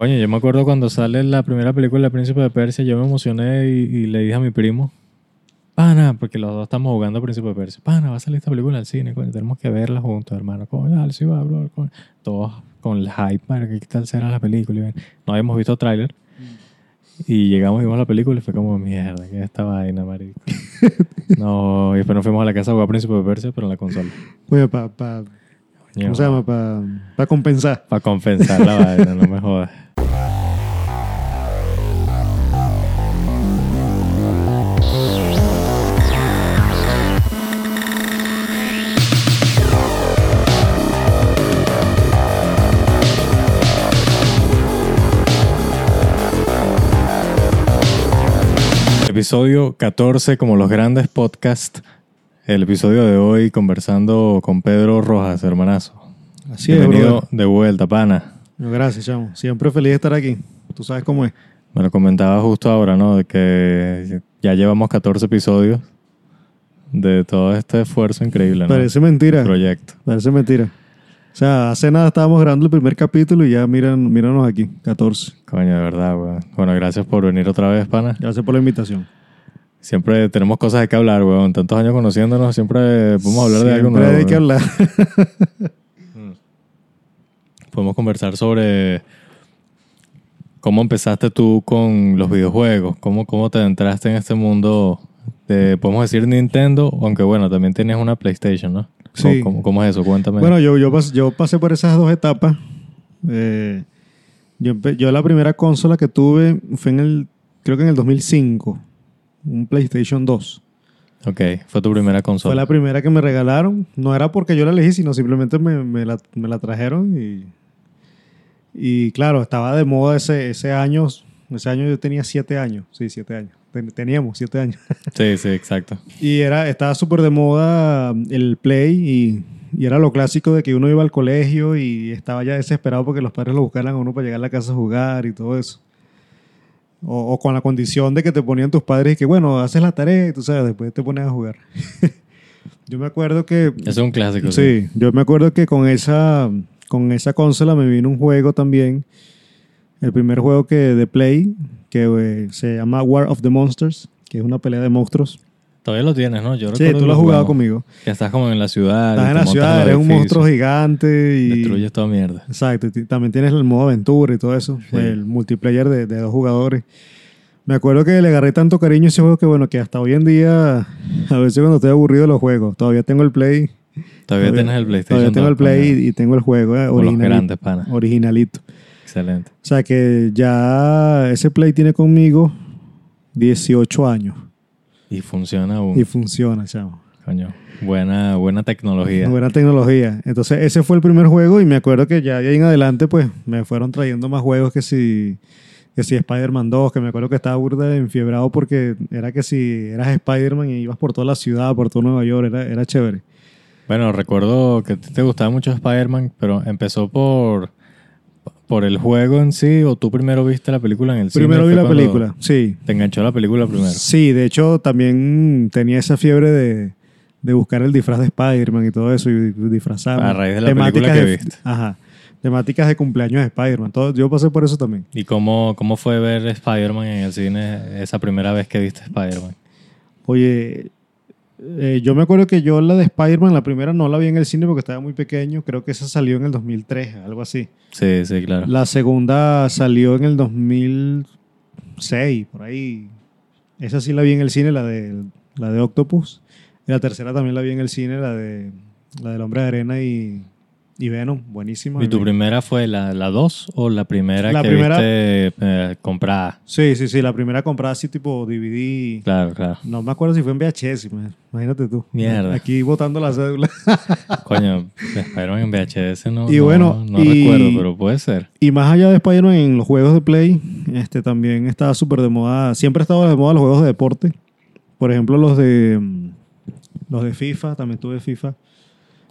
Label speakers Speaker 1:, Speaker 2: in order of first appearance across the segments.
Speaker 1: Coño, yo me acuerdo cuando sale la primera película de Príncipe de Persia, yo me emocioné y, y le dije a mi primo, pana, porque los dos estamos jugando Príncipe de Persia, pana, va a salir esta película al cine, coño, tenemos que verla juntos, hermano, coño, dale, sí va, bro, coño". todos con el hype, para que qué tal será la película, y ven, no habíamos visto tráiler, y llegamos y vimos la película y fue como, mierda, que esta vaina, marico. no, y después nos fuimos a la casa a jugar Príncipe de Persia, pero en la consola.
Speaker 2: Oye, para. Pa, ¿Cómo se llama? Para pa compensar.
Speaker 1: Para compensar la vaina, no me jodas. Episodio 14, como los grandes podcasts. El episodio de hoy conversando con Pedro Rojas, hermanazo.
Speaker 2: Así es,
Speaker 1: Bienvenido
Speaker 2: brother.
Speaker 1: de vuelta, pana.
Speaker 2: No, gracias, chamo. Siempre feliz de estar aquí. Tú sabes cómo es.
Speaker 1: Me lo comentaba justo ahora, ¿no? De que ya llevamos 14 episodios de todo este esfuerzo increíble, ¿no?
Speaker 2: Parece mentira.
Speaker 1: Proyecto.
Speaker 2: Parece mentira. O sea, hace nada estábamos grabando el primer capítulo y ya miran, míranos aquí, 14.
Speaker 1: Coño, de verdad, weón. Bueno, gracias por venir otra vez, pana.
Speaker 2: Gracias por la invitación.
Speaker 1: Siempre tenemos cosas de que hablar, weón. Tantos años conociéndonos, siempre podemos hablar de algo
Speaker 2: Siempre
Speaker 1: nuevo.
Speaker 2: hay que
Speaker 1: weón.
Speaker 2: hablar.
Speaker 1: Podemos conversar sobre cómo empezaste tú con los videojuegos, cómo, cómo te entraste en este mundo de, podemos decir Nintendo, aunque bueno, también tenías una PlayStation, ¿no? ¿Cómo-
Speaker 2: Sí.
Speaker 1: ¿Cómo, cómo es eso? Cuéntame.
Speaker 2: Bueno, yo, yo, pas- yo pasé por esas dos etapas. Eh, yo, empe- yo la primera consola que tuve fue en el, creo que en el 2005, un PlayStation 2.
Speaker 1: ok, fue tu primera
Speaker 2: Fue
Speaker 1: consola.
Speaker 2: la primera que me regalaron. No era porque yo la elegí, sino simplemente me, me la, me la trajeron y... Y claro, estaba de moda ese, ese año. Ese año yo tenía siete años. Sí, siete años. Ten- Teníamos siete años.
Speaker 1: Sí, sí, exacto.
Speaker 2: Y era, estaba súper de moda mm, el play y, y era lo clásico de que uno iba al colegio y estaba ya desesperado porque los padres lo buscaran a uno para llegar a la casa a jugar y todo eso. O, o con la condición de que te ponían tus padres y que, bueno, haces la tarea y tú sabes, después te pones a jugar. yo me acuerdo que...
Speaker 1: Eso es un clásico. Sí.
Speaker 2: Sí, yo me acuerdo que con esa, con esa consola me vino un juego también. El primer juego que de Play, que eh, se llama War of the Monsters, que es una pelea de monstruos.
Speaker 1: Todavía lo tienes, ¿no? Yo
Speaker 2: Sí,
Speaker 1: recuerdo
Speaker 2: tú
Speaker 1: que
Speaker 2: lo has jugado
Speaker 1: jugamos.
Speaker 2: conmigo.
Speaker 1: Que estás como en la ciudad.
Speaker 2: Estás
Speaker 1: y
Speaker 2: en
Speaker 1: te
Speaker 2: la
Speaker 1: montas
Speaker 2: ciudad,
Speaker 1: los
Speaker 2: eres un
Speaker 1: edificios,
Speaker 2: monstruo gigante y...
Speaker 1: Destruyes toda mierda.
Speaker 2: Exacto, y ti- también tienes el modo aventura y todo eso,
Speaker 1: Sí.
Speaker 2: el multiplayer de, de dos jugadores. Me acuerdo que le agarré tanto cariño a ese juego que bueno, que hasta hoy en día, a veces cuando estoy aburrido los juegos, todavía tengo el Play.
Speaker 1: Todavía tienes el PlayStation.
Speaker 2: Todavía tengo el
Speaker 1: 2,
Speaker 2: Play
Speaker 1: coño.
Speaker 2: y, y tengo el juego eh,
Speaker 1: Con los
Speaker 2: originali-
Speaker 1: grandes, pana.
Speaker 2: originalito.
Speaker 1: Excelente.
Speaker 2: O sea que ya ese Play tiene conmigo 18 años
Speaker 1: Y funciona aún.
Speaker 2: y funciona, chamo.
Speaker 1: Coño. Buena, buena tecnología.
Speaker 2: Buena tecnología. Entonces, ese fue el primer juego y me acuerdo que ya de ahí en adelante, pues, me fueron trayendo más juegos que si, que si Spider-Man 2, que me acuerdo que estaba burda enfiebrado porque era que si eras Spider-Man y ibas por toda la ciudad, por todo Nueva York, era, era chévere.
Speaker 1: Bueno, recuerdo que a ti te gustaba mucho Spider-Man, pero empezó por, por el juego en sí o tú primero viste la película en el cine.
Speaker 2: primero vi
Speaker 1: Fue
Speaker 2: la
Speaker 1: cuando
Speaker 2: película, sí.
Speaker 1: Te enganchó la película primero.
Speaker 2: Sí, de hecho, también tenía esa fiebre de, de buscar el disfraz de Spider-Man y todo eso y disfrazarme.
Speaker 1: A raíz de la película que
Speaker 2: de,
Speaker 1: viste.
Speaker 2: Ajá. Temáticas de cumpleaños de Spider-Man. Todo- Yo pasé por eso también.
Speaker 1: ¿Y cómo, cómo fue ver Spider-Man en el cine esa primera vez que viste Spider-Man?
Speaker 2: Oye, eh, yo me acuerdo que yo la de Spider-Man, la primera no la vi en el cine porque estaba muy pequeño, creo que esa salió en el 2003, algo así.
Speaker 1: Sí, sí, claro.
Speaker 2: La segunda salió en el 2006, por ahí. Esa sí la vi en el cine, la de, la de Octopus. Y la tercera también la vi en el cine, la de la del Hombre de Arena y, y Venom, buenísima.
Speaker 1: ¿Y tu primera fue la 2 o la primera
Speaker 2: La
Speaker 1: que
Speaker 2: primera-
Speaker 1: viste eh, comprada?
Speaker 2: Sí, sí, sí, la primera comprada así tipo DVD.
Speaker 1: Claro, claro.
Speaker 2: No me acuerdo si fue en VHS, man. imagínate tú.
Speaker 1: Mierda.
Speaker 2: Aquí botando la cédula.
Speaker 1: Coño, Spider-Man en VHS no,
Speaker 2: Y
Speaker 1: no-
Speaker 2: bueno,
Speaker 1: no
Speaker 2: y-
Speaker 1: recuerdo, pero puede ser.
Speaker 2: Y más allá de Spider-Man en los juegos de Play, este también estaba súper de moda. Siempre ha estado de moda los juegos de deporte. Por ejemplo, los de mm, los de FIFA, también tuve FIFA.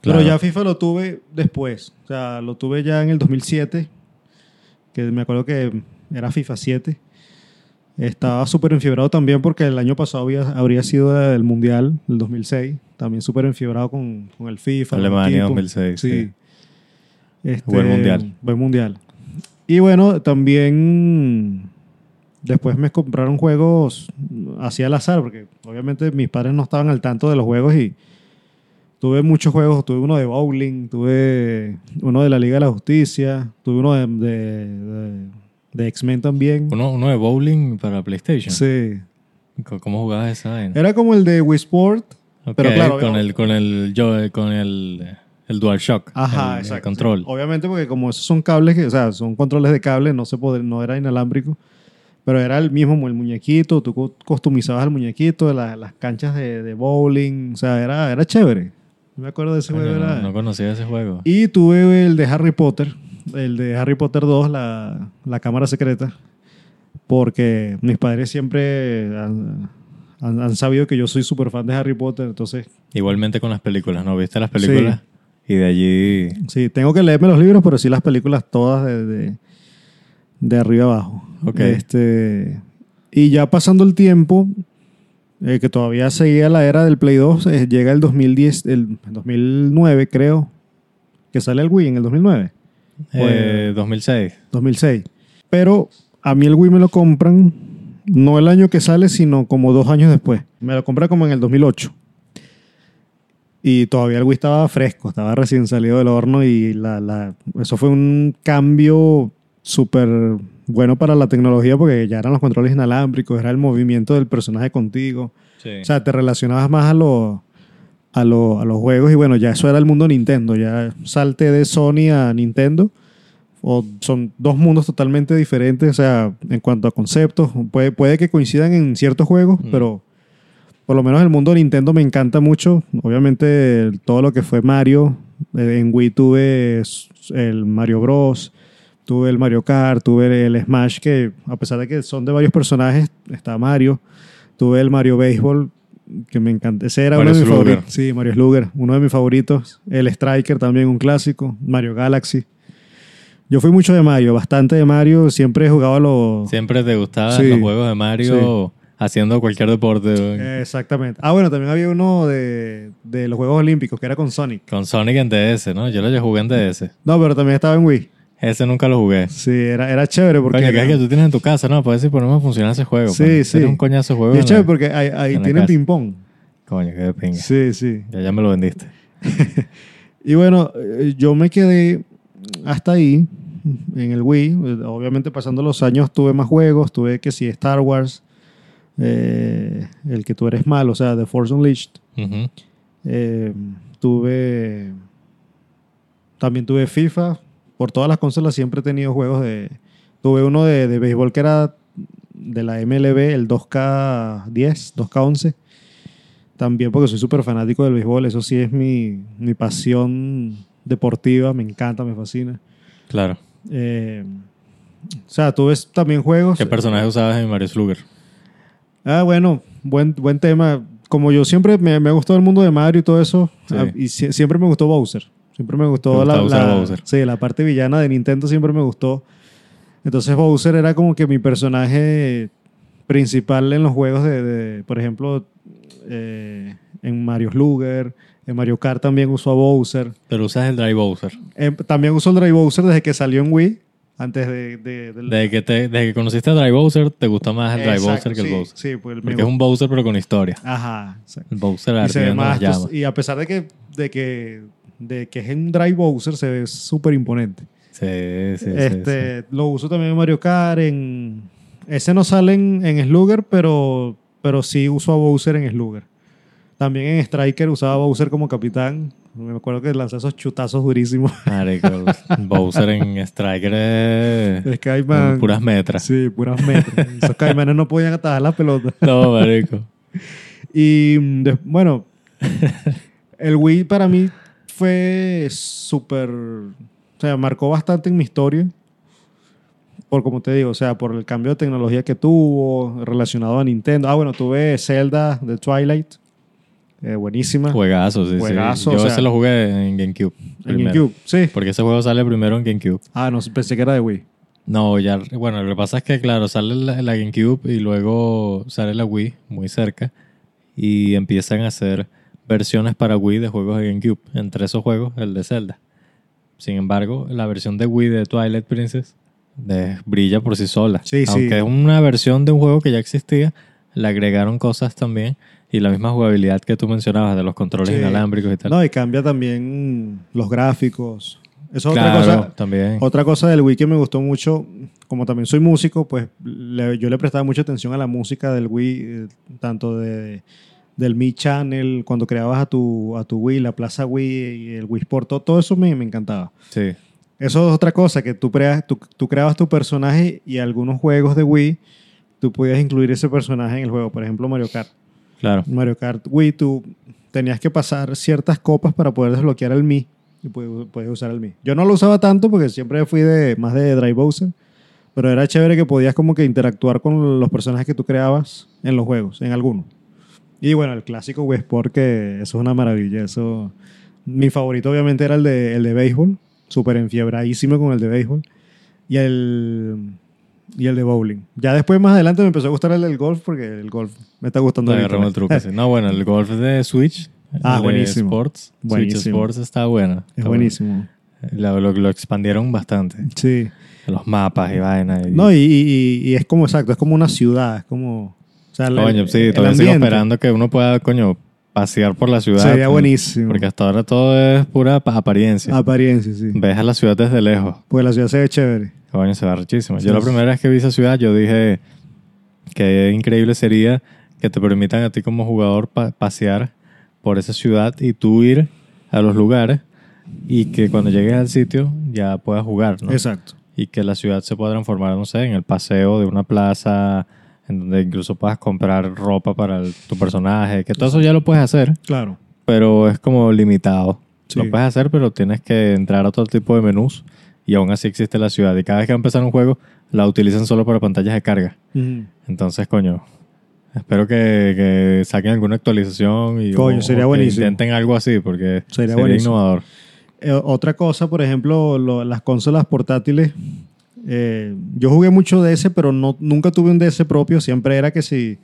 Speaker 1: Claro.
Speaker 2: Pero ya FIFA lo tuve después. O sea, lo tuve ya en el 2007, que me acuerdo que era FIFA 7. Estaba súper enfiebrado también porque el año pasado había- habría sido el Mundial, el 2006. También súper enfiebrado con, con el FIFA. con el
Speaker 1: Alemania
Speaker 2: equipo.
Speaker 1: 2006, sí.
Speaker 2: Este,
Speaker 1: Buen Mundial.
Speaker 2: Buen Mundial. Y bueno, también después me compraron juegos así al azar, porque obviamente mis padres no estaban al tanto de los juegos y tuve muchos juegos. Tuve uno de bowling, tuve uno de la Liga de la Justicia, tuve uno de, de, de- de X-Men también.
Speaker 1: Uno, uno de bowling para PlayStation.
Speaker 2: Sí.
Speaker 1: C- ¿Cómo jugabas esa vaina?
Speaker 2: Era como el de Wii Sport,
Speaker 1: Ok,
Speaker 2: Eh, pero claro.
Speaker 1: Con
Speaker 2: obvia-
Speaker 1: el, con el, yo- eh, con el, el DualShock. el-
Speaker 2: Ajá,
Speaker 1: el
Speaker 2: exacto.
Speaker 1: control.
Speaker 2: sí. Oh, Obviamente porque como esos son cables, que, o sea, son controles de cable, no se pod- no era inalámbrico, pero era el mismo, el muñequito, tú co- customizabas el muñequito, la- las canchas de, de bowling, o sea, era, era chévere. Yo me acuerdo de ese
Speaker 1: Coño,
Speaker 2: este juego.
Speaker 1: no,
Speaker 2: era-
Speaker 1: no conocía ese juego.
Speaker 2: Y tuve el de Harry Potter, el de Harry Potter 2, la, la cámara secreta, porque mis padres siempre han, han- han sabido que yo soy súper fan de Harry Potter, entonces
Speaker 1: Igualmente con las películas, ¿no? ¿Viste las películas? Y de allí... eh,
Speaker 2: Sí, tengo que leerme los libros, pero sí las películas todas de, de, de arriba abajo.
Speaker 1: Ok.
Speaker 2: Este, y ya pasando el tiempo, eh, que todavía seguía la era del Play 2, eh, llega el 2010, el 2009 creo, que sale el Wii en el 2009, Pues,
Speaker 1: eh, 2006.
Speaker 2: 2006. Pero a mí el Wii me lo compran no el año que sale, sino como dos años después. Me lo compran como en el 2008. Y todavía el Wii estaba fresco, estaba recién salido del horno y la, la- eso fue un cambio súper bueno para la tecnología porque ya eran los controles inalámbricos, era el movimiento del personaje contigo.
Speaker 1: Sí.
Speaker 2: O sea, te relacionabas más a, los a, lo- a los juegos y bueno, ya eso era el mundo Nintendo. Ya salte de Sony a Nintendo. O son dos mundos totalmente diferentes, o sea, en cuanto a conceptos. Puede, puede que coincidan en ciertos juegos,
Speaker 1: Mm.
Speaker 2: pero por lo menos el mundo Nintendo me encanta mucho. Obviamente, el- todo lo que fue Mario. eh, En Wii tuve s- el Mario Bros. Tuve el Mario Kart, tuve el Smash, que a pesar de que son de varios personajes, está Mario. Tuve el Mario Baseball, que me encanta. Ese era
Speaker 1: Mario
Speaker 2: uno de mis
Speaker 1: Sluger.
Speaker 2: favoritos. Sí, Mario Sluger, uno de mis favoritos. El Striker también, un clásico. Mario Galaxy. Yo fui mucho de Mario, bastante de Mario. Siempre he jugado los...
Speaker 1: Siempre te gustaban
Speaker 2: Sí.
Speaker 1: los juegos de Mario haciendo cualquier deporte. weón.
Speaker 2: Eh, Exactamente. Ah, bueno, también había uno de, de los Juegos Olímpicos, que era con Sonic.
Speaker 1: Con Sonic en DS, ¿no? Yo lo jugué en DS.
Speaker 2: No, pero también estaba en Wii.
Speaker 1: Ese nunca lo jugué.
Speaker 2: Sí, era, era chévere porque...
Speaker 1: Coño, que es que tú tienes en tu casa, ¿no? Para ver si ponemos a funcionar ese juego.
Speaker 2: Sí,
Speaker 1: pana.
Speaker 2: sí.
Speaker 1: Era un coñazo de juego.
Speaker 2: Y es
Speaker 1: en
Speaker 2: chévere
Speaker 1: la-
Speaker 2: porque ahí, ahí
Speaker 1: en la
Speaker 2: tienen
Speaker 1: casa.
Speaker 2: ping-pong.
Speaker 1: Coño, qué de pinga.
Speaker 2: Sí, sí.
Speaker 1: Ya, ya me lo vendiste.
Speaker 2: Y bueno, eh, yo me quedé hasta ahí, en el Wii. Eh, Obviamente pasando los años tuve más juegos, tuve que sí Star Wars, eh, el que tú eres malo, o sea, The Force Unleashed.
Speaker 1: Ujú.
Speaker 2: Eh, tuve... También tuve FIFA. Por todas las consolas siempre he tenido juegos de... Tuve uno de, de béisbol que era de la MLB, el 2K10, 2K11. También porque soy súper fanático del béisbol. Eso sí es mi, mi pasión deportiva. Me encanta, me fascina.
Speaker 1: Claro.
Speaker 2: Eh, o sea, tuve también juegos.
Speaker 1: ¿Qué personaje usabas en Mario Sluger?
Speaker 2: Ah, bueno, buen, buen tema. Como yo siempre me, me ha gustado el mundo de Mario y todo eso,
Speaker 1: Sí.
Speaker 2: ah, y sie- siempre me gustó Bowser. Siempre me
Speaker 1: Te
Speaker 2: gustó la,
Speaker 1: gustaba usar
Speaker 2: la-
Speaker 1: Bowser.
Speaker 2: sí, la parte villana de Nintendo, siempre me gustó. Entonces Bowser era como que mi personaje principal en los juegos de, de, por ejemplo, eh, en Mario Sluger, en Mario Kart también usó a Bowser.
Speaker 1: Pero usas el Dry Bowser.
Speaker 2: Em, también usó el Dry Bowser desde que salió en Wii, antes de... de- del-
Speaker 1: Desde que, te, desde que conociste a Dry Bowser, te gusta más el Dry
Speaker 2: Exacto,
Speaker 1: Bowser que el
Speaker 2: sí,
Speaker 1: Bowser.
Speaker 2: Sí, pues me
Speaker 1: Porque es un Bowser, pero con historia.
Speaker 2: Ajá, exacto.
Speaker 1: El Bowser
Speaker 2: y se ve
Speaker 1: ardiendo las
Speaker 2: más,
Speaker 1: llamas.
Speaker 2: tú- y a pesar de que, de que, de que es un drive Bowser, se ve súper imponente.
Speaker 1: Sí, sí, sí, sí.
Speaker 2: este, Lo uso también en Mario Kart, en... Ese no sale en, en Slugger, pero, pero sí uso a Bowser en Slugger. También en Striker usaba a Bowser como capitán. Me acuerdo que lanzaba esos chutazos durísimos.
Speaker 1: Marico, Bowser en Striker es
Speaker 2: El Cayman.
Speaker 1: puras metras.
Speaker 2: Sí, puras metras. Esos caimanes no podían atajar las pelotas.
Speaker 1: No, marico.
Speaker 2: Y mm, de- bueno, el Wii para mí fue súper, o sea, marcó bastante en mi historia. Por como te digo, o sea, por el cambio de tecnología que tuvo relacionado a Nintendo. Ah, bueno, tuve Zelda de Twilight, eh, buenísima.
Speaker 1: Juegazo, sí,
Speaker 2: Juegazo,
Speaker 1: sí. Yo
Speaker 2: o sea-
Speaker 1: ese lo jugué en GameCube.
Speaker 2: en
Speaker 1: primero.
Speaker 2: GameCube, sí.
Speaker 1: Porque ese juego sale primero en GameCube.
Speaker 2: Ah, no, pensé que era de Wii.
Speaker 1: No, ya, bueno, lo que pasa es que, claro, sale la, la GameCube y luego sale la Wii muy cerca y empiezan a hacer versiones para Wii de juegos de GameCube. Entre esos juegos, el de Zelda. Sin embargo, la versión de Wii de Twilight Princess de- brilla por sí sola.
Speaker 2: Sí, sí.
Speaker 1: Aunque es una versión de un juego que ya existía, le agregaron cosas también y la misma jugabilidad que tú mencionabas de los controles
Speaker 2: Sí.
Speaker 1: inalámbricos y tal.
Speaker 2: No, y cambia también los gráficos. Eso es
Speaker 1: claro,
Speaker 2: otra cosa.
Speaker 1: también.
Speaker 2: Otra cosa del Wii que me gustó mucho, como también soy músico, pues le- yo le prestaba mucha atención a la música del Wii, eh, tanto de, del Mi Channel, cuando creabas a tu, a tu Wii, la Plaza Wii y el Wii Sport, todo, todo eso me, me encantaba.
Speaker 1: Sí.
Speaker 2: Eso es otra cosa, que tú, creas, tú, tú creabas tu personaje y algunos juegos de Wii, tú podías incluir ese personaje en el juego, por ejemplo Mario Kart.
Speaker 1: Claro.
Speaker 2: Mario Kart Wii, tú tenías que pasar ciertas copas para poder desbloquear el Mi y pu- podías usar el Mi. Yo no lo usaba tanto porque siempre fui de más de Dry Bowser, pero era chévere que podías como que interactuar con los personajes que tú creabas en los juegos, en alguno. Y bueno, el clásico Wii Sport, que eso es una maravilla. Eso, mi favorito obviamente era el de, el de béisbol, súper enfiebradísimo con el de béisbol. Y el, y el de bowling. Ya después, más adelante, me empezó a gustar el del golf porque el golf me está gustando.
Speaker 1: Le
Speaker 2: ahorita.
Speaker 1: agarramos el truco. sí. No, bueno, el golf de Switch.
Speaker 2: Ah,
Speaker 1: el de
Speaker 2: buenísimo.
Speaker 1: Sports. Switch
Speaker 2: Buenísimo.
Speaker 1: Sports está bueno.
Speaker 2: Es
Speaker 1: Está
Speaker 2: buenísimo.
Speaker 1: bueno. La- Lo, lo expandieron bastante.
Speaker 2: Sí.
Speaker 1: Los mapas y vaina. Y,
Speaker 2: No, y, y- y- y es como exacto, es como una ciudad, es como. O sea, el-
Speaker 1: Coño,
Speaker 2: el-
Speaker 1: sí,
Speaker 2: el
Speaker 1: todavía sigo
Speaker 2: ambiente.
Speaker 1: esperando que uno pueda, coño, pasear por la ciudad.
Speaker 2: Sería buenísimo.
Speaker 1: Porque hasta ahora todo es pura pa- apariencia.
Speaker 2: Apariencia, sí.
Speaker 1: Ves a la ciudad desde lejos.
Speaker 2: Pues la ciudad se ve chévere.
Speaker 1: Coño, se va rechísimo.
Speaker 2: Sí,
Speaker 1: Yo la
Speaker 2: sí.
Speaker 1: primera vez que vi esa ciudad, yo dije que increíble sería que te permitan a ti como jugador pa- pasear por esa ciudad y tú ir a los lugares y que cuando llegues al sitio ya puedas jugar, ¿no?
Speaker 2: Exacto.
Speaker 1: Y que la ciudad se pueda transformar, no sé, en el paseo de una plaza en donde incluso puedas comprar ropa para el- tu personaje, que todo eso ya lo puedes hacer,
Speaker 2: Claro.
Speaker 1: pero es como limitado.
Speaker 2: Sí.
Speaker 1: Lo puedes hacer, pero tienes que entrar a otro tipo de menús y aún así existe la ciudad. Y cada vez que va a empezar un juego, la utilizan solo para pantallas de carga. Entonces, coño, espero que, que saquen alguna actualización y
Speaker 2: Coño, sería
Speaker 1: que
Speaker 2: buenísimo.
Speaker 1: intenten algo así, porque
Speaker 2: Sería
Speaker 1: sería,
Speaker 2: buenísimo.
Speaker 1: innovador.
Speaker 2: Eh, otra cosa, por ejemplo, lo- las consolas portátiles. eh, yo jugué mucho DS, pero no, nunca tuve un DS propio. Siempre era que si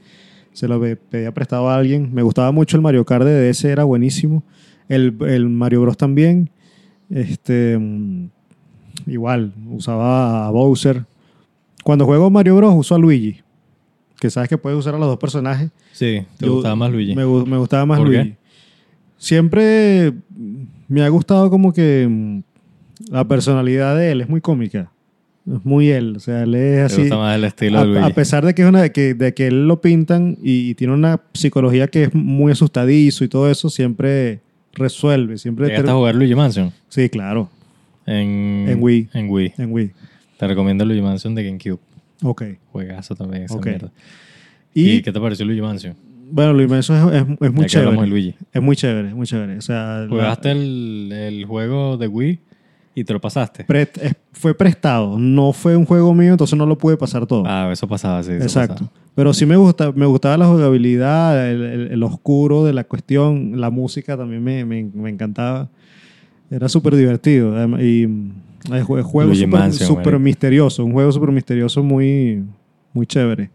Speaker 2: se lo pe- pedía prestado a alguien. Me gustaba mucho el Mario Kart de DS, era buenísimo. El, el Mario Bros también. Este, mm, igual, usaba a Bowser. Cuando juego Mario Bros, uso a Luigi. Que sabes que puedes usar a los dos personajes.
Speaker 1: Sí, te
Speaker 2: Yo-
Speaker 1: gustaba más Luigi.
Speaker 2: Me, gu- me gustaba más
Speaker 1: ¿Por qué?
Speaker 2: Luigi. Siempre mm, me ha gustado como que mm, la personalidad de él es muy cómica. Es muy él. O sea, él es
Speaker 1: Te
Speaker 2: así.
Speaker 1: gusta más el estilo de
Speaker 2: A,
Speaker 1: Luigi.
Speaker 2: a pesar de que, es una, de que, de que él lo pintan y, y tiene una psicología que es muy asustadizo y todo eso, siempre resuelve. Siempre
Speaker 1: Llegaste
Speaker 2: ter-
Speaker 1: a jugar Luigi Mansion
Speaker 2: Sí, claro.
Speaker 1: en,
Speaker 2: En Wii.
Speaker 1: en Wii.
Speaker 2: En Wii.
Speaker 1: Te recomiendo Luigi Mansion de GameCube.
Speaker 2: Ok.
Speaker 1: Juegazo también esa
Speaker 2: Ok.
Speaker 1: mierda.
Speaker 2: Y,
Speaker 1: ¿Y qué te pareció Luigi Mansion?
Speaker 2: bueno, Luis Manso es, es- es
Speaker 1: Ya
Speaker 2: muy
Speaker 1: que hablamos de
Speaker 2: chévere.
Speaker 1: Luigi.
Speaker 2: Es muy chévere, es muy chévere. O sea, la-
Speaker 1: Jugaste el, el juego de Wii y te lo pasaste.
Speaker 2: pre- es- fue prestado. No fue un juego mío, entonces no lo pude pasar todo.
Speaker 1: Ah, eso pasaba, sí. eso
Speaker 2: Exacto.
Speaker 1: pasaba.
Speaker 2: Pero sí me gusta, me gustaba la jugabilidad, el, el- el oscuro de la cuestión, la música también me, me- me encantaba. Era súper divertido. adem- Y mm, el jue- juego
Speaker 1: Luigi
Speaker 2: súper
Speaker 1: Mansion,
Speaker 2: súper
Speaker 1: marico.
Speaker 2: misterioso, un juego súper misterioso muy, muy chévere,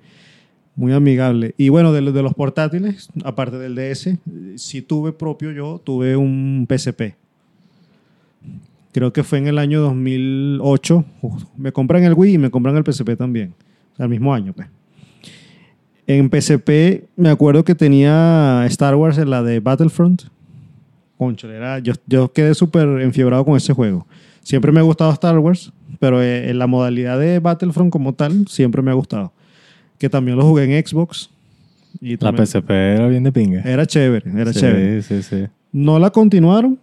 Speaker 2: muy amigable. Y bueno, de, lo- de los portátiles, aparte del DS, eh, sí tuve propio yo, tuve un PSP. Creo que fue en el año 2008. Uf, me compran el Wii y me compran el PSP también. Al mismo año, pues. En PSP me acuerdo que tenía Star Wars en la de Battlefront. Concho, era, yo, yo quedé súper enfiebrado con ese juego. Siempre me ha gustado Star Wars, pero eh, en la modalidad de Battlefront como tal siempre me ha gustado. Que también lo jugué en Xbox. Y
Speaker 1: La
Speaker 2: también-
Speaker 1: PSP era bien de pinga.
Speaker 2: Era chévere, era
Speaker 1: sí,
Speaker 2: chévere.
Speaker 1: Sí, sí,
Speaker 2: No la continuaron,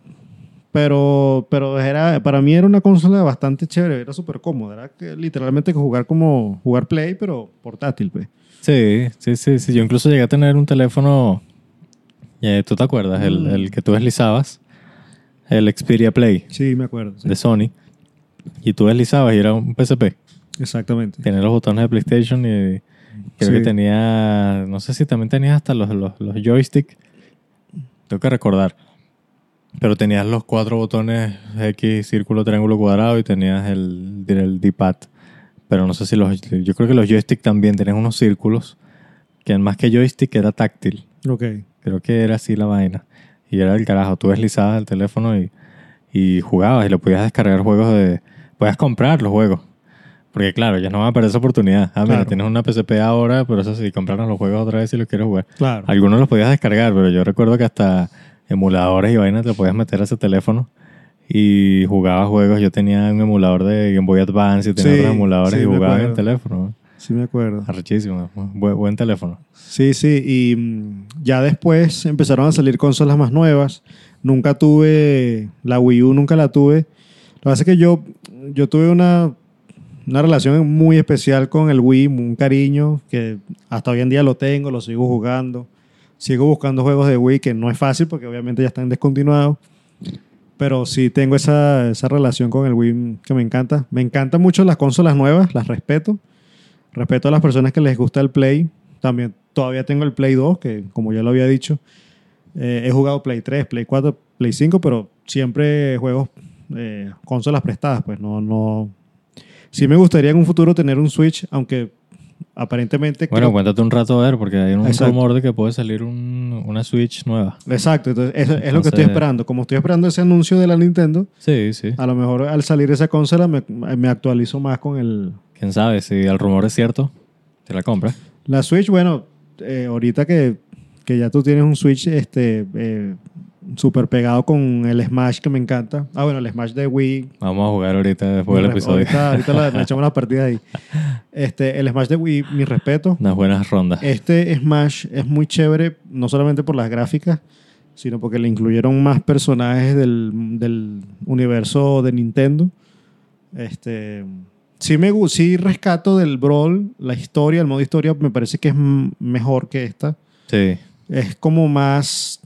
Speaker 2: pero, pero era, para mí era una consola bastante chévere, era súper cómoda. Era que, literalmente que jugar como jugar Play, pero portátil. Pues.
Speaker 1: sí. Sí, sí, sí. Yo incluso llegué a tener un teléfono, eh, ¿tú te acuerdas? El,
Speaker 2: Mm.
Speaker 1: el que tú deslizabas, el Xperia Play
Speaker 2: Sí, me acuerdo. sí.
Speaker 1: de Sony. Y tú deslizabas y era un PSP.
Speaker 2: Exactamente.
Speaker 1: Tenía los botones de PlayStation y creo
Speaker 2: Sí.
Speaker 1: que tenía, no sé si también tenías hasta los, los, los joysticks. Tengo que recordar. Pero tenías los cuatro botones X, círculo, triángulo, cuadrado y tenías el, el D-pad. Pero no sé si los... Yo creo que los joysticks también tenían unos círculos que más que joystick era táctil.
Speaker 2: Ok.
Speaker 1: Creo que era así la vaina. Y era del carajo. Tú deslizabas el teléfono y, y jugabas y lo podías descargar juegos de... Podías comprar los juegos. Porque claro, ya no van a perder esa oportunidad. Ah, mira,
Speaker 2: Claro.
Speaker 1: tienes una PSP ahora, pero eso sí, compraron los juegos otra vez si los quieres jugar.
Speaker 2: Claro.
Speaker 1: Algunos los podías descargar, pero yo recuerdo que hasta emuladores y vainas te lo podías meter a ese teléfono y jugaba juegos. Yo tenía un emulador de Game Boy Advance y tenía
Speaker 2: Sí,
Speaker 1: otros emuladores
Speaker 2: sí,
Speaker 1: y
Speaker 2: me
Speaker 1: jugaba en el
Speaker 2: acuerdo.
Speaker 1: teléfono.
Speaker 2: Sí, me acuerdo.
Speaker 1: Arrechísimo. Buen, buen teléfono.
Speaker 2: Sí, sí, y mm, ya después empezaron a salir consolas más nuevas. Nunca tuve la Wii U, nunca la tuve. Lo que pasa es que yo, yo tuve una, una relación muy especial con el Wii, un cariño que hasta hoy en día lo tengo, lo sigo jugando. Sigo buscando juegos de Wii, que no es fácil porque obviamente ya están descontinuados. Pero sí tengo esa, esa relación con el Wii mm, que me encanta. Me encantan mucho las consolas nuevas, las respeto. Respeto a las personas que les gusta el Play. También todavía tengo el Play 2, que como ya lo había dicho, eh, he jugado Play 3, Play 4, Play 5, pero siempre juegos, eh, consolas prestadas. Pues no, no. Sí me gustaría en un futuro tener un Switch, aunque aparentemente.
Speaker 1: Bueno,
Speaker 2: creo-
Speaker 1: cuéntate un rato a ver, porque hay un
Speaker 2: Exacto.
Speaker 1: rumor de que puede salir un- una Switch nueva.
Speaker 2: Exacto, entonces eso es lo que estoy
Speaker 1: Entonces-
Speaker 2: esperando. Como estoy esperando ese anuncio de la Nintendo,
Speaker 1: Sí, sí.
Speaker 2: a lo mejor al salir esa consola me, me actualizo más con el...
Speaker 1: Quién sabe, si el rumor es cierto, te la compras.
Speaker 2: La Switch, bueno, eh, ahorita que, que ya tú tienes un Switch este, eh, súper pegado con el Smash que me encanta. Ah, bueno, el Smash de Wii.
Speaker 1: Vamos a jugar ahorita después del
Speaker 2: Mi re-
Speaker 1: episodio.
Speaker 2: Ahorita, ahorita la- le echamos una partida ahí. Este, el Smash de Wii, mi respeto.
Speaker 1: Unas buenas rondas.
Speaker 2: Este Smash es muy chévere, no solamente por las gráficas, sino porque le incluyeron más personajes del, del universo de Nintendo. Este, sí, me, gu- sí rescato del Brawl, la historia, el modo historia me parece que es m- mejor que esta.
Speaker 1: Sí.
Speaker 2: Es como más...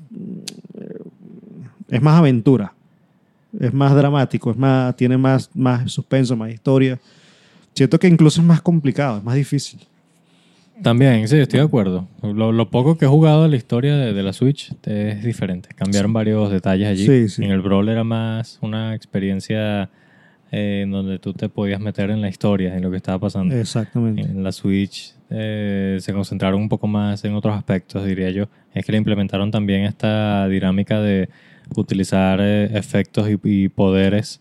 Speaker 2: mm, Es más aventura. Es más dramático, es más, tiene más, más suspenso, más historia. Siento que incluso es más complicado, es más difícil.
Speaker 1: También, sí, estoy de acuerdo. Lo, lo poco que he jugado de la historia de, de la Switch es diferente. Cambiaron varios detalles allí.
Speaker 2: Sí, sí.
Speaker 1: En el Brawl era más una experiencia eh, en donde tú te podías meter en la historia, en lo que estaba pasando.
Speaker 2: Exactamente.
Speaker 1: En la Switch eh, se concentraron un poco más en otros aspectos, diría yo. Es que le implementaron también esta dinámica de utilizar eh, efectos y, y poderes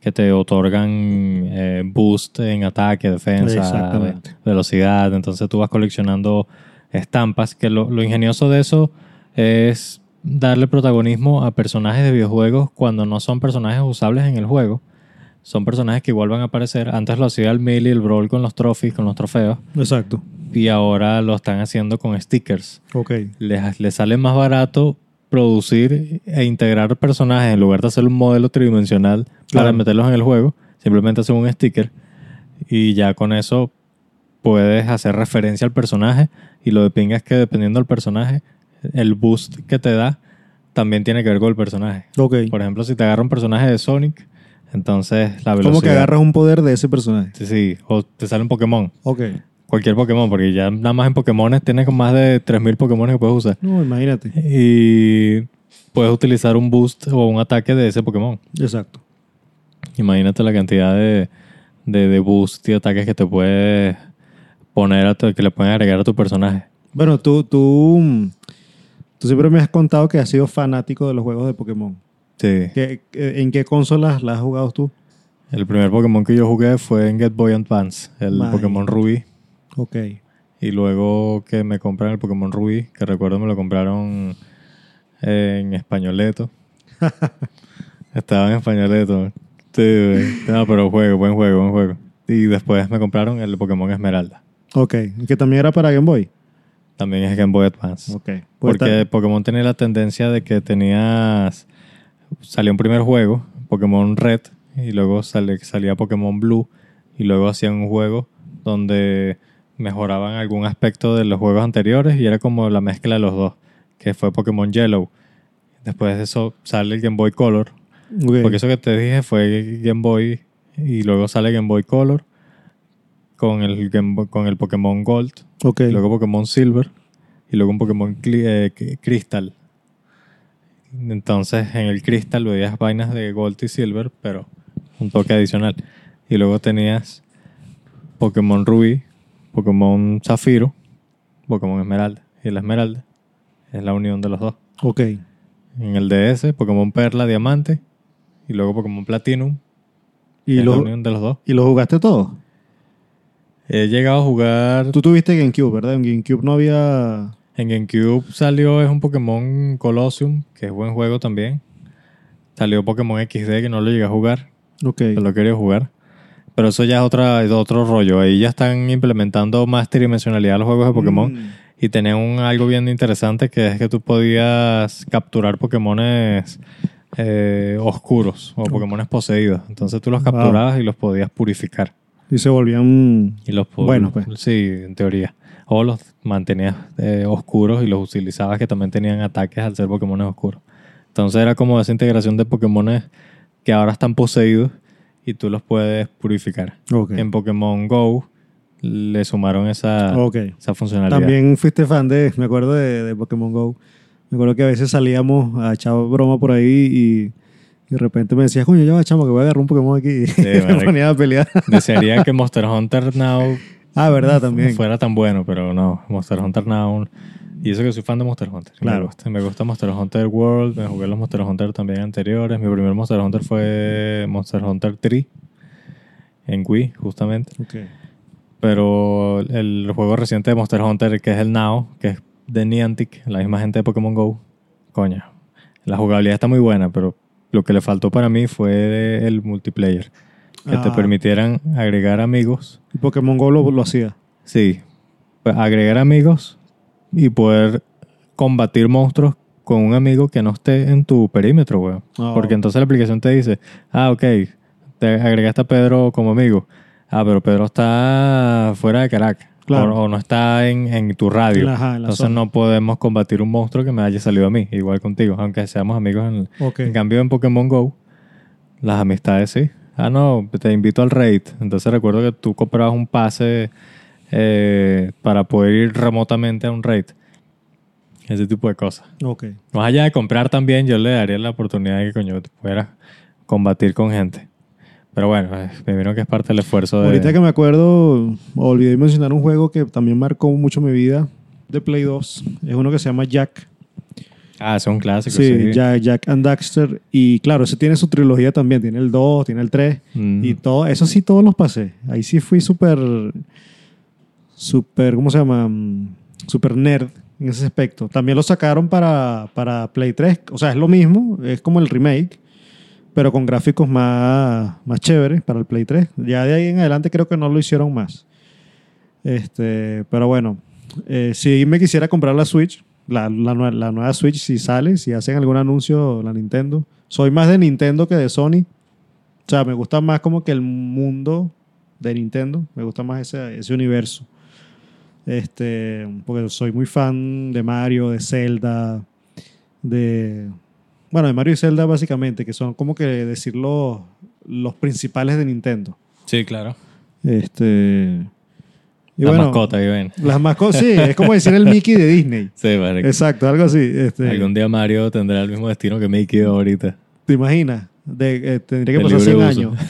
Speaker 1: que te otorgan eh, boost en ataque, defensa,
Speaker 2: Exactamente.
Speaker 1: ve- velocidad. Entonces tú vas coleccionando estampas, que lo, lo ingenioso de eso es darle protagonismo a personajes de videojuegos cuando no son personajes usables en el juego. Son personajes que igual van a aparecer. Antes lo hacía el melee, el brawl con los trophies, con los trofeos.
Speaker 2: Exacto.
Speaker 1: Y ahora lo están haciendo con stickers.
Speaker 2: Ok.
Speaker 1: Les, les sale más barato producir e integrar personajes en lugar de hacer un modelo tridimensional para
Speaker 2: Claro.
Speaker 1: meterlos en el juego. Simplemente hacen un sticker y ya con eso puedes hacer referencia al personaje. Y lo de pinga es que dependiendo del personaje, el boost que te da también tiene que ver con el personaje.
Speaker 2: Ok.
Speaker 1: Por ejemplo, si te agarra un personaje de Sonic, entonces la velocidad.
Speaker 2: Como que agarras un poder de ese personaje.
Speaker 1: Sí, sí, o te sale un Pokémon.
Speaker 2: Ok.
Speaker 1: Cualquier Pokémon, porque ya nada más en Pokémones tienes con más de 3000 Pokémon que puedes usar.
Speaker 2: No, imagínate.
Speaker 1: Y puedes utilizar un boost o un ataque de ese Pokémon.
Speaker 2: Exacto.
Speaker 1: Imagínate la cantidad de, de, de boost y ataques que te puedes poner, a tu- que le pueden agregar a tu personaje.
Speaker 2: Bueno, tú, tú, mm, tú siempre me has contado que has sido fanático de los juegos de Pokémon.
Speaker 1: Sí.
Speaker 2: ¿Qué- qué- ¿En qué consolas las has jugado tú?
Speaker 1: El primer Pokémon que yo jugué fue en Get Boy Advance, el
Speaker 2: Imagínate.
Speaker 1: Pokémon Rubí.
Speaker 2: Ok.
Speaker 1: Y luego que me compran el Pokémon Rubí, que recuerdo me lo compraron en españoleto. Estaba en españoleto. Sí, güey. no, pero juego, buen juego, buen juego. Y después me compraron el Pokémon Esmeralda.
Speaker 2: Ok. Que también era para Game Boy.
Speaker 1: También es Game Boy Advance.
Speaker 2: Ok. Pues
Speaker 1: Porque
Speaker 2: ta-
Speaker 1: Pokémon tenía la tendencia de que tenías. Salió un primer juego, Pokémon Red, y luego sale- salía Pokémon Blue, y luego hacían un juego donde mejoraban algún aspecto de los juegos anteriores y era como la mezcla de los dos, que fue Pokémon Yellow. Después de eso sale el Game Boy Color,
Speaker 2: ok.
Speaker 1: porque eso que te dije fue Game Boy y luego sale Game Boy Color con el, Game Boy- con el Pokémon Gold
Speaker 2: Ok.
Speaker 1: y luego Pokémon Silver y luego un Pokémon cli- eh, cri- Crystal. Entonces en el Crystal veías vainas de Gold y Silver, pero un toque adicional. Y luego tenías Pokémon Rubí, Pokémon Zafiro, Pokémon Esmeralda. Y la Esmeralda es la unión de los dos.
Speaker 2: Ok.
Speaker 1: En el DS, Pokémon Perla, Diamante y luego Pokémon Platinum.
Speaker 2: ¿Y
Speaker 1: es la
Speaker 2: lo,
Speaker 1: unión de los dos.
Speaker 2: ¿Y lo jugaste todo?
Speaker 1: He llegado a jugar.
Speaker 2: Tú tuviste GameCube, ¿verdad? En GameCube no había...
Speaker 1: En GameCube salió es un Pokémon Colosseum, que es buen juego también. Salió Pokémon XD, que no lo llegué a jugar.
Speaker 2: Ok.
Speaker 1: que lo quería jugar. Pero eso ya es, otra, es otro rollo. Ahí ya están implementando más tridimensionalidad a los juegos de Pokémon.
Speaker 2: Mm.
Speaker 1: Y tenían un, algo bien interesante que es que tú podías capturar Pokémones eh, oscuros o Pokémones poseídos. Entonces tú los
Speaker 2: Wow.
Speaker 1: capturabas y los podías purificar.
Speaker 2: Y se volvían...
Speaker 1: Y los po-
Speaker 2: Bueno, pues.
Speaker 1: Sí, en teoría. O los mantenías eh, oscuros y los utilizabas que también tenían ataques al ser Pokémones oscuros. Entonces era como esa integración de Pokémones que ahora están poseídos y tú los puedes purificar.
Speaker 2: Ok.
Speaker 1: En Pokémon Go le sumaron esa,
Speaker 2: Ok.
Speaker 1: esa funcionalidad.
Speaker 2: También fuiste fan de, me acuerdo de, de Pokémon Go. Me acuerdo que a veces salíamos a echar broma por ahí y, y de repente me decías, coño, ya va, chamo, que voy a agarrar un Pokémon aquí. y me
Speaker 1: marico.
Speaker 2: ponía a pelear.
Speaker 1: Desearía que Monster Hunter Now
Speaker 2: ah, verdad, también.
Speaker 1: fuera tan bueno, pero no. Monster Hunter Now. Y eso que soy fan de Monster Hunter.
Speaker 2: Claro.
Speaker 1: Me gusta, me gusta Monster Hunter World. Me jugué los Monster Hunter también anteriores. Mi primer Monster Hunter fue Monster Hunter 3 en Wii, justamente.
Speaker 2: Ok.
Speaker 1: Pero el juego reciente de Monster Hunter, que es el Now, que es de Niantic, la misma gente de Pokémon Go, coño. La jugabilidad está muy buena, pero lo que le faltó para mí fue el multiplayer. Que te
Speaker 2: Ah.
Speaker 1: permitieran agregar amigos
Speaker 2: Y Pokémon Go lo, lo hacía.
Speaker 1: Sí. Pues agregar amigos y poder combatir monstruos con un amigo que no esté en tu perímetro, weón.
Speaker 2: Ah.
Speaker 1: Porque entonces la aplicación te dice, ah, ok, te agregaste a Pedro como amigo. Ah, pero Pedro está fuera de Caracas.
Speaker 2: Claro.
Speaker 1: O, o no está en, en tu radio.
Speaker 2: Ajá, en la
Speaker 1: entonces
Speaker 2: zona.
Speaker 1: no podemos combatir un monstruo que me haya salido a mí, igual contigo, aunque seamos amigos en, el-
Speaker 2: Ok.
Speaker 1: en cambio, en Pokémon Go, las amistades sí. Ah, no, te invito al raid. Entonces recuerdo que tú comprabas un pase eh, para poder ir remotamente a un raid. Ese tipo de cosas.
Speaker 2: Ok.
Speaker 1: Más allá de comprar también, yo le daría la oportunidad de que coño tú pudieras combatir con gente. Pero bueno, eh, me vieron que es parte del esfuerzo de...
Speaker 2: Ahorita que me acuerdo, olvidé mencionar un juego que también marcó mucho mi vida de Play 2. Es uno que se llama Jack.
Speaker 1: Ah, es un clásico. Sí,
Speaker 2: Sí, Jack, Jack and Daxter. Y claro, ese tiene su trilogía también. Tiene el 2, tiene el 3.
Speaker 1: Mm.
Speaker 2: Y todo, eso sí, todos los pasé. Ahí sí fui súper, súper, ¿cómo se llama? Mm, Súper nerd en ese aspecto. También lo sacaron para, para Play 3. O sea, es lo mismo, es como el remake, pero con gráficos más, más chéveres para el Play 3. Ya de ahí en adelante creo que no lo hicieron más. Este, pero bueno, eh, si me quisiera comprar la Switch, la, la nue- la nueva Switch, si sale, si hacen algún anuncio, la Nintendo. Soy más de Nintendo que de Sony. O sea, me gusta más como que el mundo de Nintendo. Me gusta más ese, ese universo. Este, porque soy muy fan de Mario, de Zelda, de... Bueno, de Mario y Zelda básicamente, que son como que decir los, los principales de Nintendo.
Speaker 1: Sí, claro.
Speaker 2: Este... y
Speaker 1: la
Speaker 2: bueno,
Speaker 1: mascota, ahí ven.
Speaker 2: Las mascotas, sí, es como decir el Mickey de Disney.
Speaker 1: Sí, marico.
Speaker 2: Exacto, algo así. Este,
Speaker 1: Algún día Mario tendrá el mismo destino que Mickey ahorita.
Speaker 2: ¿Te imaginas? De, eh, tendría que
Speaker 1: De
Speaker 2: pasar
Speaker 1: libre
Speaker 2: 100
Speaker 1: uso.
Speaker 2: años.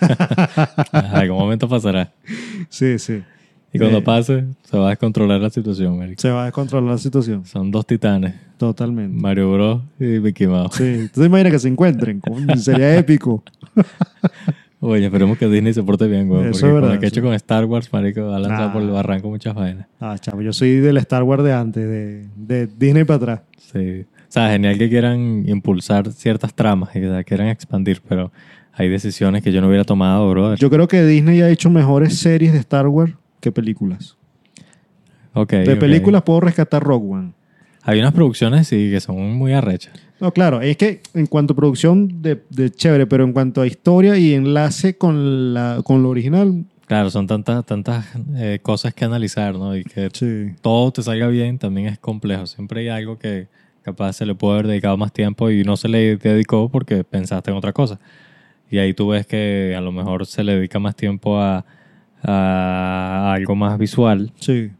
Speaker 1: Ajá, ¿Algún momento pasará?
Speaker 2: Sí, sí.
Speaker 1: Y cuando
Speaker 2: Eh,
Speaker 1: pase, se va a descontrolar la situación, marico.
Speaker 2: Se va a descontrolar la situación.
Speaker 1: Son dos titanes,
Speaker 2: Totalmente.
Speaker 1: Mario Bros. y Mickey Mouse.
Speaker 2: Sí, tú te imaginas que se encuentren. Coño, Sería épico.
Speaker 1: Oye, esperemos que Disney se porte bien, güey.
Speaker 2: Eso es
Speaker 1: Porque con
Speaker 2: verdad,
Speaker 1: lo que ha hecho
Speaker 2: sí.
Speaker 1: con Star Wars, marico, ha lanzado
Speaker 2: Ah.
Speaker 1: por el barranco muchas vainas.
Speaker 2: Ah, chavo, yo soy del Star Wars de antes, de, de Disney para atrás.
Speaker 1: Sí. O sea, genial que quieran impulsar ciertas tramas y que la quieran expandir, pero hay decisiones que yo no hubiera tomado, brother.
Speaker 2: Yo creo que Disney ha hecho mejores series de Star Wars que películas.
Speaker 1: Ok,
Speaker 2: de
Speaker 1: ok.
Speaker 2: películas puedo rescatar Rogue One.
Speaker 1: Hay unas producciones, sí, que son muy arrechas.
Speaker 2: No, claro, es que en cuanto a producción, de, de chévere, pero en cuanto a historia y enlace con, la, con lo original,
Speaker 1: Claro, son tantas, tantas eh, cosas que analizar, ¿no? Y que
Speaker 2: sí.
Speaker 1: todo te salga bien también es complejo. Siempre hay algo que capaz se le puede haber dedicado más tiempo y no se le dedicó porque pensaste en otra cosa. Y ahí tú ves que a lo mejor se le dedica más tiempo a, a algo más visual
Speaker 2: Sí.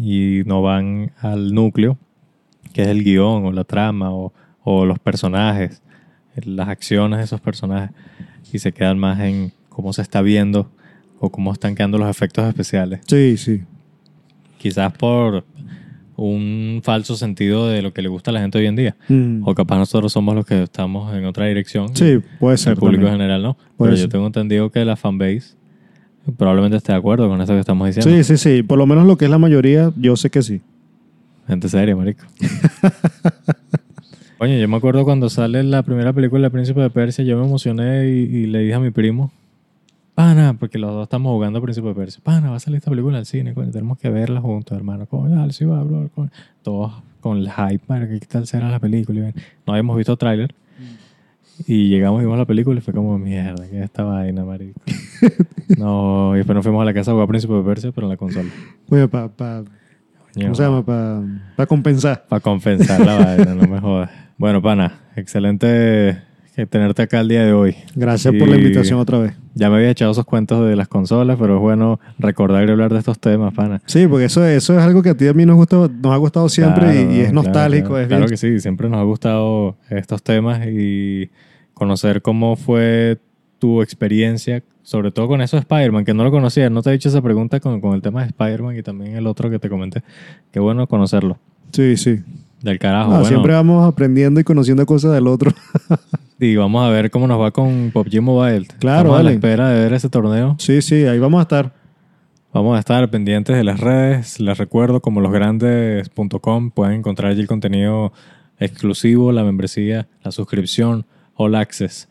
Speaker 1: y no van al núcleo, que es el guión o la trama o, o los personajes, las acciones de esos personajes, y se quedan más en cómo se está viendo o cómo están quedando los efectos especiales
Speaker 2: Sí, sí.
Speaker 1: quizás por un falso sentido de lo que le gusta a la gente hoy en día.
Speaker 2: Mm.
Speaker 1: O capaz nosotros somos los que estamos en otra dirección.
Speaker 2: Sí, puede
Speaker 1: El
Speaker 2: ser.
Speaker 1: público en
Speaker 2: también.
Speaker 1: general no.
Speaker 2: Puede
Speaker 1: Pero
Speaker 2: ser.
Speaker 1: yo tengo entendido que la fanbase Probablemente esté de acuerdo con eso que estamos diciendo.
Speaker 2: Sí, sí, sí. Por lo menos lo que es la mayoría, yo sé que sí.
Speaker 1: Gente seria, marico. Coño, yo me acuerdo cuando sale la primera película El Príncipe de Persia, yo me emocioné y, y le dije a mi primo, pana, porque los dos estamos jugando Príncipe de Persia, pana, va a salir esta película al cine, coño, tenemos que verla juntos, hermano. Coño, dale, sí va, bro. coño". Todos con el hype, para que qué tal será la película. Y ven, No habíamos visto tráiler. Y llegamos y vimos la película y fue como, mierda, que esta vaina, marico. no, y después nos fuimos a la casa a jugar Príncipe de Persia, pero en la consola.
Speaker 2: Pues para, ¿cómo se llama? Para compensar.
Speaker 1: Para compensar la vaina, no me jodas. Bueno, pana, excelente que tenerte acá el día de hoy.
Speaker 2: Gracias por la
Speaker 1: Y
Speaker 2: invitación otra vez.
Speaker 1: Ya me había echado esos cuentos de las consolas, pero es bueno recordar y hablar de estos temas, pana.
Speaker 2: Sí, porque eso, eso es algo que a ti y a mí nos, gusta, nos ha gustado siempre y-
Speaker 1: Claro,
Speaker 2: y, es
Speaker 1: claro,
Speaker 2: nostálgico.
Speaker 1: Claro,
Speaker 2: es
Speaker 1: Claro
Speaker 2: bien-
Speaker 1: que sí, siempre nos ha gustado estos temas y conocer cómo fue tu experiencia, sobre todo con eso de Spider-Man, que no lo conocía. No te he dicho esa pregunta con, con el tema de Spider-Man y también el otro que te comenté. Qué bueno conocerlo.
Speaker 2: Sí, sí.
Speaker 1: Del carajo.
Speaker 2: Ah,
Speaker 1: bueno.
Speaker 2: Siempre vamos aprendiendo y conociendo cosas del otro.
Speaker 1: Y vamos a ver cómo nos va con PUBG Mobile.
Speaker 2: Claro,
Speaker 1: Estamos a la
Speaker 2: vale.
Speaker 1: espera de ver ese torneo.
Speaker 2: Sí, sí, ahí vamos a estar.
Speaker 1: Vamos a estar pendientes de las redes. Les recuerdo, como losgrandes.com, pueden encontrar allí el contenido exclusivo, la membresía, la suscripción, all access.